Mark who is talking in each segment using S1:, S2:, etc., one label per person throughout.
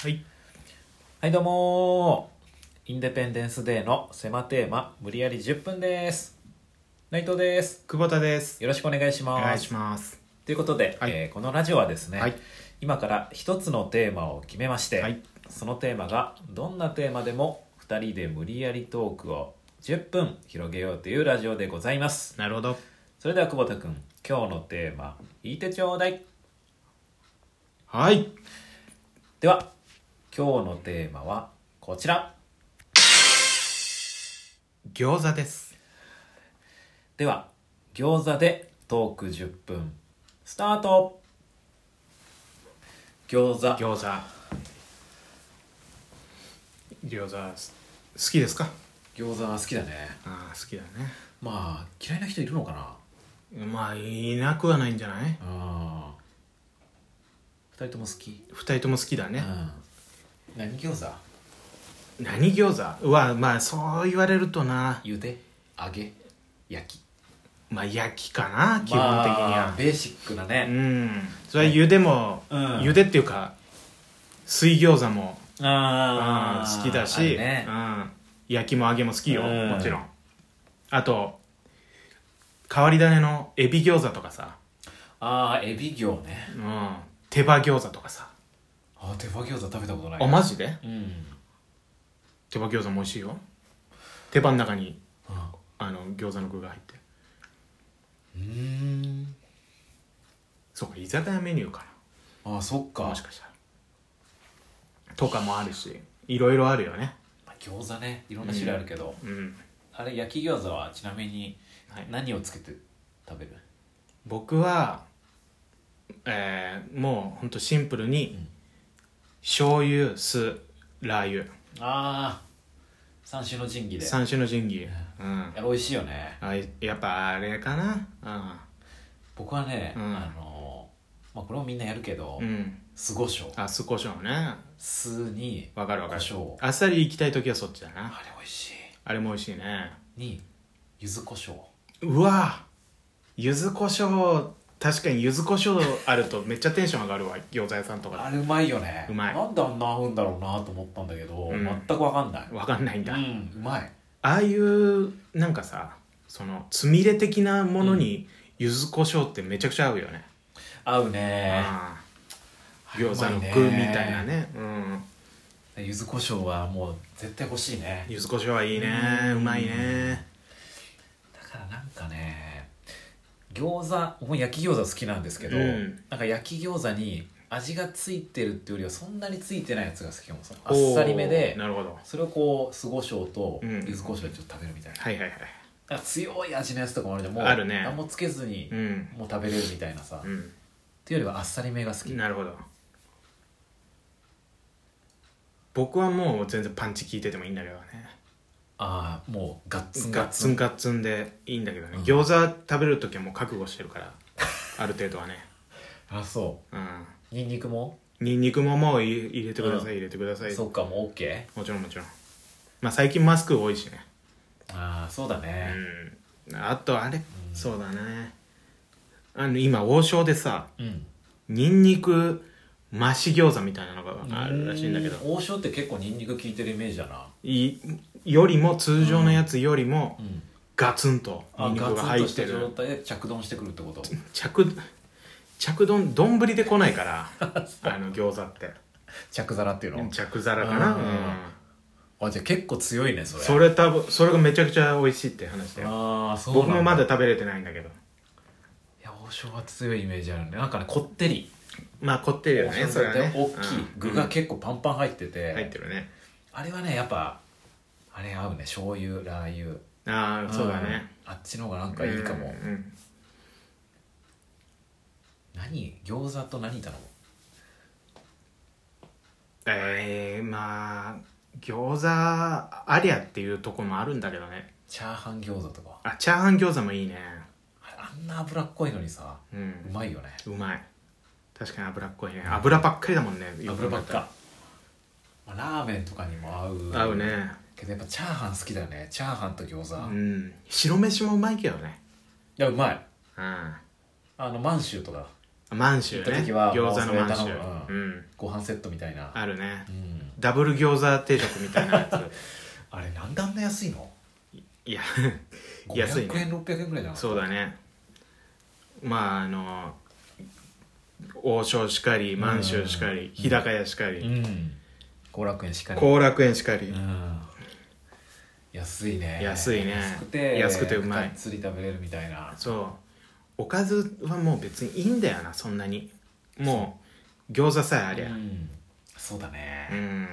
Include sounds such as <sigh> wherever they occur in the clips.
S1: はい
S2: はいどうもーインデペンデンスデーの狭テーマ無理やり10分です内藤です
S1: 久保田です
S2: よろしくお願いし
S1: お
S2: ます
S1: 願いします
S2: ということで、
S1: はい
S2: えーこのラジオはですね、
S1: はい
S2: 今から一つのテーマを決めまして、
S1: はい
S2: そのテーマがどんなテーマでも2人で無理やりトークを10分広げようというラジオでございます
S1: なるほど
S2: それでは久保田君今日のテーマ言いてちょうだい
S1: はい
S2: では今日のテーマはこちら
S1: 餃子です
S2: では餃子でトーク10分スタート餃子
S1: 餃子餃子好きですか
S2: 餃子は好きだね
S1: ああ好きだね
S2: まあ嫌いな人いるのかな
S1: まあいなくはないんじゃない
S2: あ2人とも好き
S1: 二人とも好きだ
S2: う
S1: ね、
S2: ん何餃子
S1: 何餃子はまあそう言われるとな
S2: 茹で揚げ焼き
S1: まあ焼きかな基本的には、
S2: ベーシックな
S1: う
S2: ね
S1: んそれは茹でも、
S2: うん
S1: 茹でっていうか水餃子も、うん
S2: あ
S1: 好きだ
S2: あ
S1: し、
S2: れね
S1: うん、焼きも揚げも好きよ、
S2: うん
S1: もちろんあと変わり種のエビ餃子とかさ、
S2: あーエビ餃ね
S1: うん、手羽餃子とかさ
S2: あー手羽餃子食べたことない
S1: あマジで
S2: うん
S1: 手羽餃子も美味しいよ手羽の中にあの餃子の具が入って
S2: うん
S1: そうか居酒屋メニューか
S2: あーそっ
S1: な
S2: か
S1: もしかしたらとかもあるしいろいろあるよね
S2: まあ餃子ねいろんな種類あるけど、
S1: うん
S2: あれ焼き餃子はちなみに
S1: はい
S2: 何をつけて食べる、
S1: 僕はえー、もうほんとシンプルに、
S2: うん
S1: 醤油酢ラー油
S2: ああ三種の神器で
S1: 三種の神器うん
S2: いや美味しいよね
S1: あやっぱあれかな
S2: 僕はね、
S1: うん
S2: あのーまあこれもみんなやるけど、
S1: うん、うん、
S2: 酢胡椒
S1: あ酢胡椒ね
S2: 酢に
S1: わかるわかる
S2: 胡椒
S1: あっさり行きたい時はそっちだな
S2: あれ美味し
S1: あれも美味しいね
S2: いに柚子胡椒
S1: うわ柚子胡椒確かに柚子胡椒あるとめっちゃテンション上がるわ餃子屋さんと
S2: あ
S1: か
S2: れうまいよね
S1: うまい
S2: なんであんな合うんだろうなと思ったんだけど、
S1: うん
S2: 全く分かんない
S1: わかんないんだ、
S2: う
S1: あ
S2: んうまい
S1: あいうなんかさそのつみれ的なものに柚子胡椒ってめちゃくちゃ合うよね、
S2: 合うね
S1: ああ餃子の具みたいなねうん
S2: 柚子胡椒はもう絶対欲しいね
S1: 柚子胡椒はいいね
S2: う
S1: うんまいね
S2: だからなんかね餃子僕も焼き餃子好きなんですけど、
S1: うん
S2: なんか焼き餃子に味がついてるっていうよりはそんなについてないやつが好きかもそのあっさりめ
S1: お
S2: で
S1: ーなるほど
S2: それをこう酢胡椒と
S1: うん
S2: 柚子胡椒でちょっと食べるみたいな,、
S1: はいはいはい
S2: なんか強い味のやつとかもあるじゃんもう
S1: あるね
S2: 何もつけずに
S1: うん
S2: もう食べれるみたいなさ、
S1: う
S2: っ
S1: ん
S2: ていうよりはあっさりめが好き、
S1: なるほど僕はもう全然パンチ効いててもいいんだけどね
S2: ああもうガッツンガ
S1: ガッ
S2: ッ
S1: ツ
S2: ツ
S1: ン
S2: ン
S1: ガッツンでいいんだけどね、
S2: うん
S1: 餃子食べる時はもう覚悟してるからある程度はね
S2: あそ
S1: うん
S2: うにんにくも
S1: にんにくももう入入れてください、入れてください
S2: そっかもう OK
S1: もちろんもちろんまあ最近マスク多いしね
S2: ああそうだね、
S1: うんあとあれ、そうだねあの今王将でさ
S2: うん
S1: ニンニク増し餃子みたいなのがあるらしいんだけど
S2: 王将って結構ニンニク効いてるイメージだない
S1: よりも通常のやつよりも
S2: うん
S1: ガツンとニ
S2: あ
S1: ンニ
S2: ガ
S1: クが
S2: ツン
S1: 入
S2: と
S1: っ
S2: してた状
S1: る
S2: 態で着丼してくるってこと
S1: 着着丼丼で来ないから
S2: <laughs>
S1: あの餃子って
S2: 着皿っていう
S1: <laughs>
S2: の
S1: 着皿かな、
S2: うんあじゃあ結構強いねそ
S1: うん
S2: れ
S1: それ多分それがめちゃくちゃ美味しいって話だよ
S2: ああそうなん
S1: 僕もまだ食べれてないんだけど
S2: いや王将は強いイメージあるねなんかねこってり
S1: まあこってりよね
S2: 王将
S1: それはね
S2: で大きい
S1: うん
S2: 具が結構パンパン入ってて、
S1: 入ってるね
S2: あれはねやっぱあれ合うね醤油ラー油
S1: ああそうだね
S2: うんあっちの方がなんかいいかも、
S1: うんうん
S2: 何餃子と何頼む
S1: えー、まあ餃子ありゃっていうとこもあるんだけどね
S2: チャーハン餃子とか
S1: あチャーハン餃子もいいね
S2: あれあんな脂っこいのにさ
S1: う
S2: うんまいよね
S1: うまい確かに脂っこいね油ばっかりだもんねよく考
S2: 油
S1: えた
S2: ば
S1: ら
S2: っか、まあ、ラーメンとかにも合う
S1: 合うね
S2: けどやっぱチャーハン好きだよねチャーハンと餃子、
S1: う
S2: い
S1: ん白飯もうまいけどね
S2: やうまい
S1: うん
S2: あの満州とか
S1: 満州ね
S2: 行った時は
S1: 餃子の満
S2: もうそ
S1: 州
S2: れ頼む
S1: う
S2: うんご飯セットみたいな、
S1: あるね
S2: うん、
S1: ダブル餃子定食みたいなや
S2: <laughs> あれなんであんな安いの
S1: ついや安いね
S2: 500円600円ぐらいだな
S1: そうだねまああの王将しかり満州しかり日高屋しか
S2: う
S1: り
S2: ん後楽園しかり
S1: 後楽園しかり
S2: うん安いね
S1: 安いね
S2: 安くて
S1: 安くてうまい
S2: がっつり食べれるみたいな
S1: そうおかずはもう別にいいんだよなそんなにもう餃子さえありゃ
S2: うんそうだ
S1: う
S2: ね、
S1: ん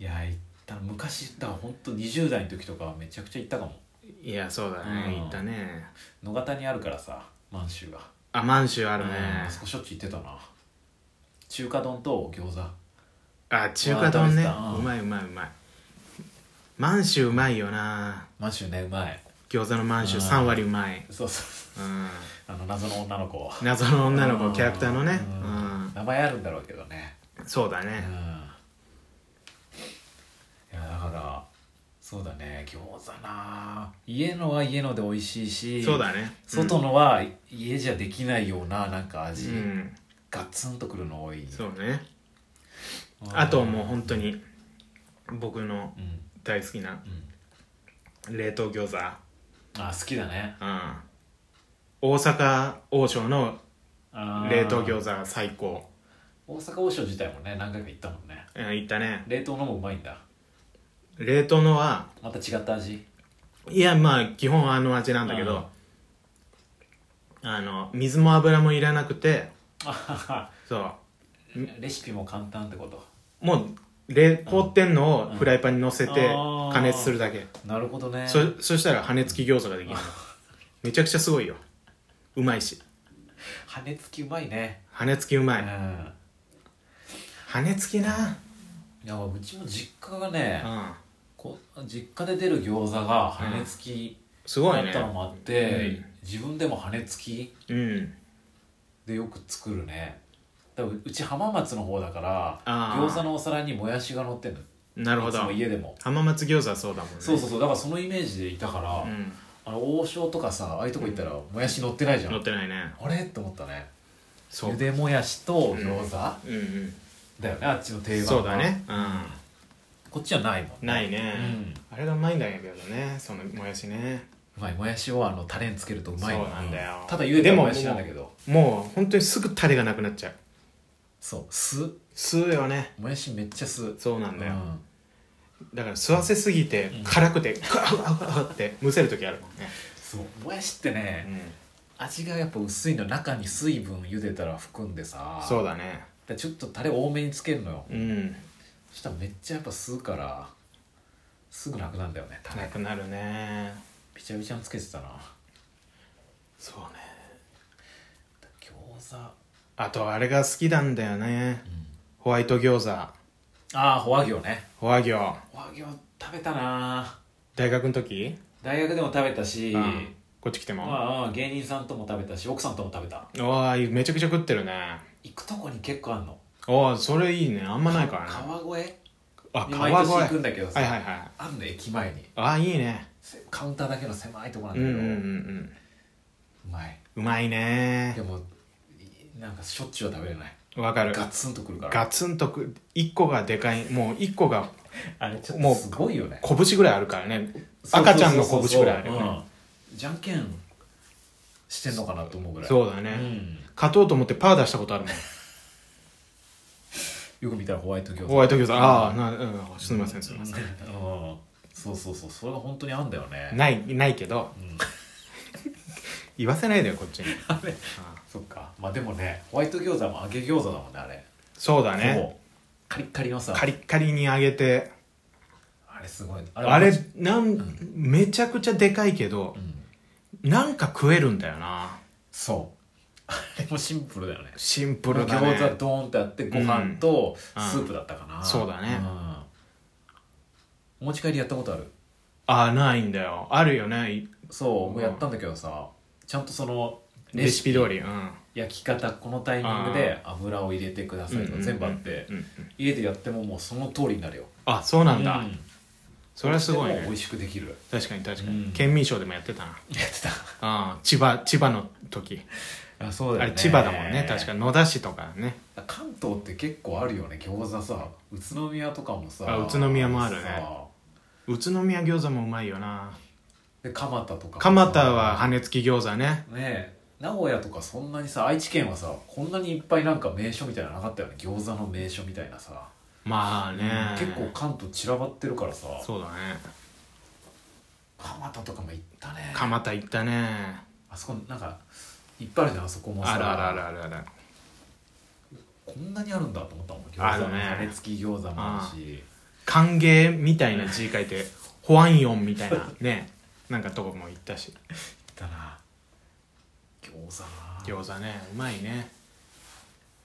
S2: いや行った昔行ったほんと20代の時とかはめちゃくちゃ行ったかも
S1: いやそうだ
S2: う
S1: ね
S2: ん
S1: 行ったね
S2: 野方にあるからさ満州が
S1: あ満州あるね
S2: うんあそこしょっちゅう行ってたな中華丼と餃子
S1: あ中華丼ね
S2: うわ食べてたう
S1: う
S2: ん
S1: まいうまいうまい満州うまいよな
S2: 満州ねうまい
S1: 餃子の満州
S2: うん
S1: 3割うまい、
S2: そうそう
S1: うん、
S2: あの謎の女の子
S1: 謎の女の子キャラクターのね
S2: う
S1: うんん
S2: 名前あるんだろうけどね
S1: そうだ
S2: うんい
S1: ね
S2: やだからそうだね餃子な家のは家ので美味しいし
S1: そうだね
S2: 外のは家じゃできないようななんか
S1: う
S2: 味、
S1: ん
S2: ガツンとくるの多い
S1: そうね
S2: ん
S1: あともう本当に僕の
S2: うん
S1: 大好きな
S2: うん
S1: 冷凍餃子
S2: あ好きだね
S1: うん大阪王将の
S2: あー
S1: 冷凍餃子が最高
S2: 大阪王将自体もね何回か行ったもんね
S1: うん行ったね
S2: 冷凍のもうまいんだ
S1: 冷凍のは
S2: また違った味
S1: いやまあ基本あの味なんだけどあの水も油もいらなくて
S2: あはは
S1: そ
S2: <laughs> レシピも簡単ってこと
S1: うもう冷凍ってんのをフライパンに乗せて
S2: うんあー
S1: 加熱するだけ
S2: なるほどね
S1: そそしたら羽根付き餃子ができるめちゃくちゃすごいようまいし
S2: 羽根付きうまいね
S1: 羽根付きうま
S2: う
S1: い
S2: ん
S1: 羽根付きない
S2: やうちも実家がね
S1: うん
S2: こ実家で出る餃子が羽根付き
S1: すご
S2: だ
S1: い
S2: っ
S1: ね
S2: たのもあって、
S1: うん
S2: 自分でも羽根付き
S1: うん
S2: でよく作るね多分うち浜松の方だから
S1: あー
S2: 餃子のお皿にもやしが乗ってんの
S1: なるほ
S2: いつ
S1: ど
S2: も家でも
S1: 浜松餃子はそうだもんね
S2: そうそうそうだからそのイメージでいたから、
S1: うん
S2: あの王将とかさああいうとこ行ったらもやし乗ってないじゃん、
S1: 乗ってないね
S2: あれって思ったね
S1: そう
S2: ゆでもやしと餃子
S1: うんうん
S2: だよねあっちの定番は
S1: そうだねうん
S2: こっちはないもんね
S1: ないね、
S2: うん
S1: あれがうまいんだけどねそのもやしね
S2: うまいもやしをあのタレにつけるとうまいの
S1: そうなんだよ
S2: ただ茹でたもやしなんだけど
S1: もう本当にすぐタレがなくなっちゃう
S2: そう酢
S1: 吸うよね
S2: もやしめっちゃ酢
S1: そうなんだよ、
S2: うん
S1: だから吸わせすぎて辛くてカワカワカワってむせる時あるもんね、
S2: そうもやしって
S1: う
S2: ね
S1: ん、
S2: 味がやっぱ薄いの中に水分茹でたら含んでさ
S1: そう
S2: だ
S1: だね
S2: からちょっとタレ多めにつけるのよ
S1: うん
S2: そしたらめっちゃやっぱ吸うからすぐなくなるんだよねタ
S1: な
S2: レ
S1: くなるね
S2: びちゃびちゃにつけてたな
S1: そうね
S2: 餃子
S1: あとあれが好きなんだよね、ホワイト餃子
S2: ああフォア餃ね
S1: ホワ餃
S2: フォア餃食べたな
S1: 大学の時、
S2: 大学でも食べたし、
S1: うんこっち来て
S2: ま
S1: も
S2: ああ芸人さんとも食べたし奥さんとも食べた
S1: おーめちゃくちゃ食ってるね
S2: 行くとこに結構あんの
S1: おーそれいいねあんまないからね
S2: 川越
S1: あ
S2: 毎
S1: 川
S2: 年
S1: 越
S2: 行くんだけどさ、
S1: はいはいはい
S2: あんの駅前に
S1: ああいいね
S2: せカウンターだけの狭いとこなん
S1: う
S2: だ
S1: んう
S2: け
S1: んう
S2: ど、
S1: んう
S2: うんまいう
S1: まい
S2: で
S1: ね
S2: もいなんかしょっちゅうは食べれない
S1: わかる
S2: ガツンとくるから
S1: ガツンとく1個がでかいもう1個が
S2: あれちょっ
S1: も
S2: と
S1: う
S2: すごいよね
S1: 拳ぐらいあるからね赤ちゃんの
S2: そうそ
S1: 拳
S2: うそうそう
S1: ぐらいあるよね
S2: うんじゃんけんしてんのかなと思うぐらい
S1: そうだね、
S2: うん
S1: 勝とうと思ってパー出したことあるもん
S2: よく見たらホワイト餃子
S1: ホワイト餃子ああなうんすみませんすみません、
S2: うんそうそうそうそれが本当にあんだよね
S1: ないないけど、 <laughs> 言わせないでよこっちに
S2: あれ
S1: あ
S2: そっかまあでもねホワイト餃子も揚げ餃子だもんねあれ
S1: そうだね
S2: もうカリッカリのさ
S1: カリッカリに揚げて
S2: あれすごいあ
S1: あれ
S2: うん
S1: なん、めちゃくちゃでかいけど、なんか食えるんだよな
S2: そう <laughs> あれもシンプルだよね
S1: シンプルだ
S2: 餃子
S1: ね
S2: ドーンってあってご飯とスープだったかな、
S1: んそうだね
S2: んお持ち帰りやったことある
S1: ああないんだよあるよね
S2: そうもうやったんだけどさちゃんとその
S1: レシピ通りうん
S2: 焼き方このタイミングで油を入れてくださいとか全部あって
S1: うんうん
S2: 家でやってももうその通りになるよ
S1: あそうなんだ、
S2: うん
S1: それはすごい
S2: でも美
S1: ね
S2: 味しくできる
S1: 確かに確かに、
S2: うん
S1: 県民賞でもやってたな
S2: やってた
S1: <laughs> ああ千葉千葉の時
S2: あそうだ
S1: あれ
S2: よね
S1: 千葉だもんね確か野田市とかね
S2: 関東って結構あるよね餃子さ宇都宮とかもさ
S1: あ宇都宮もあるね
S2: さ
S1: 宇都宮餃子もうまいよな
S2: で蒲田とかもさ
S1: 蒲田は羽根付き餃子ね
S2: ねえ名古屋とかそんなにさ愛知県はさこんなにいっぱいなんか名所みたいなのなかったよね餃子の名所みたいなさ、
S1: まあね
S2: 結構関東散らばってるからさ
S1: そうだね
S2: 蒲田とかも行ったね
S1: 蒲田行ったね
S2: あそこなんかいっぱいあるじゃんあそこもさ
S1: あるあるあるあるある
S2: こんなにあるんだと思ったもん
S1: あ
S2: 餃子
S1: る
S2: も
S1: ね
S2: 羽根付き餃子もあるし
S1: 歓迎みたいな字書いて保安音みたいなねなんかとこも行ったし
S2: 行ったな餃子な
S1: 餃子ねうまいね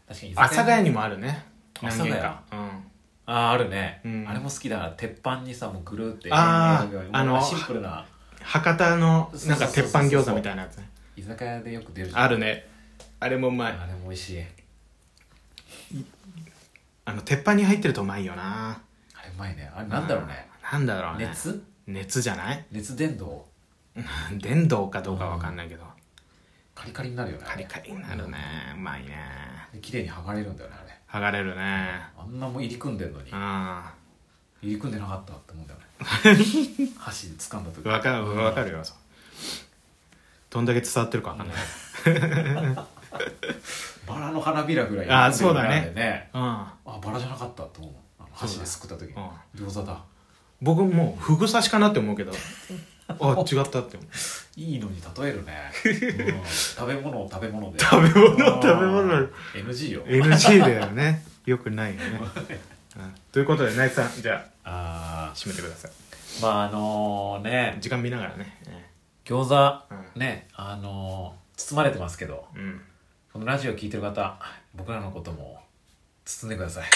S2: 確かに居
S1: 阿
S2: 酒
S1: 佐
S2: 屋
S1: ヶ谷にもあるね
S2: 阿
S1: 何
S2: 佐ヶ谷
S1: 軒かうん
S2: あああるね、
S1: うん
S2: あれも好きだな鉄板にさもうぐるって
S1: あー
S2: もう
S1: あの
S2: シンプルな
S1: 博多のなんか
S2: そうそうそう
S1: 鉄板餃子みたいなやつね
S2: 居酒屋でよく出るじゃん
S1: あるねあれもうまい
S2: あれも美味しい
S1: あの鉄板に入ってるとうまいよな
S2: あれうまいねあれなんだろうね
S1: なんだろうね
S2: 熱
S1: 熱じゃない <laughs>
S2: 熱伝導
S1: 電動かどうかわかんないけど
S2: カリカリになるよね
S1: カリカリになるねうまいね
S2: で綺麗に剥がれるんだよねあれ
S1: 剥がれるね
S2: あんなもん入り組んでんのに
S1: うん
S2: 入り組んでなかったって思うんだよね
S1: <laughs>
S2: 箸で掴んだ時
S1: わかるわかるよそうどんだけ伝わってるかわかんない
S2: <laughs> バラの花びらぐらい
S1: あーそうだね
S2: 入り組んでるね
S1: うん
S2: あバラじゃなかったと思うあの箸ですくった時
S1: うん
S2: 餃子だ
S1: 僕もうフグ刺しかなって思うけどあ違ったって思う
S2: いいのに例えるね、
S1: <laughs>
S2: うん食べ物を食べ物で
S1: 食べ物を食べ物
S2: あ
S1: なの
S2: ー NG よ
S1: NG だよねよくないよね、うんということでナイツさんじゃ
S2: あ
S1: あ締めてください
S2: ーまああのね
S1: 時間見ながらねね
S2: 餃子
S1: うん
S2: ねあのー包まれてますけど
S1: うん
S2: このラジオ聞いてる方僕らのことも包んでください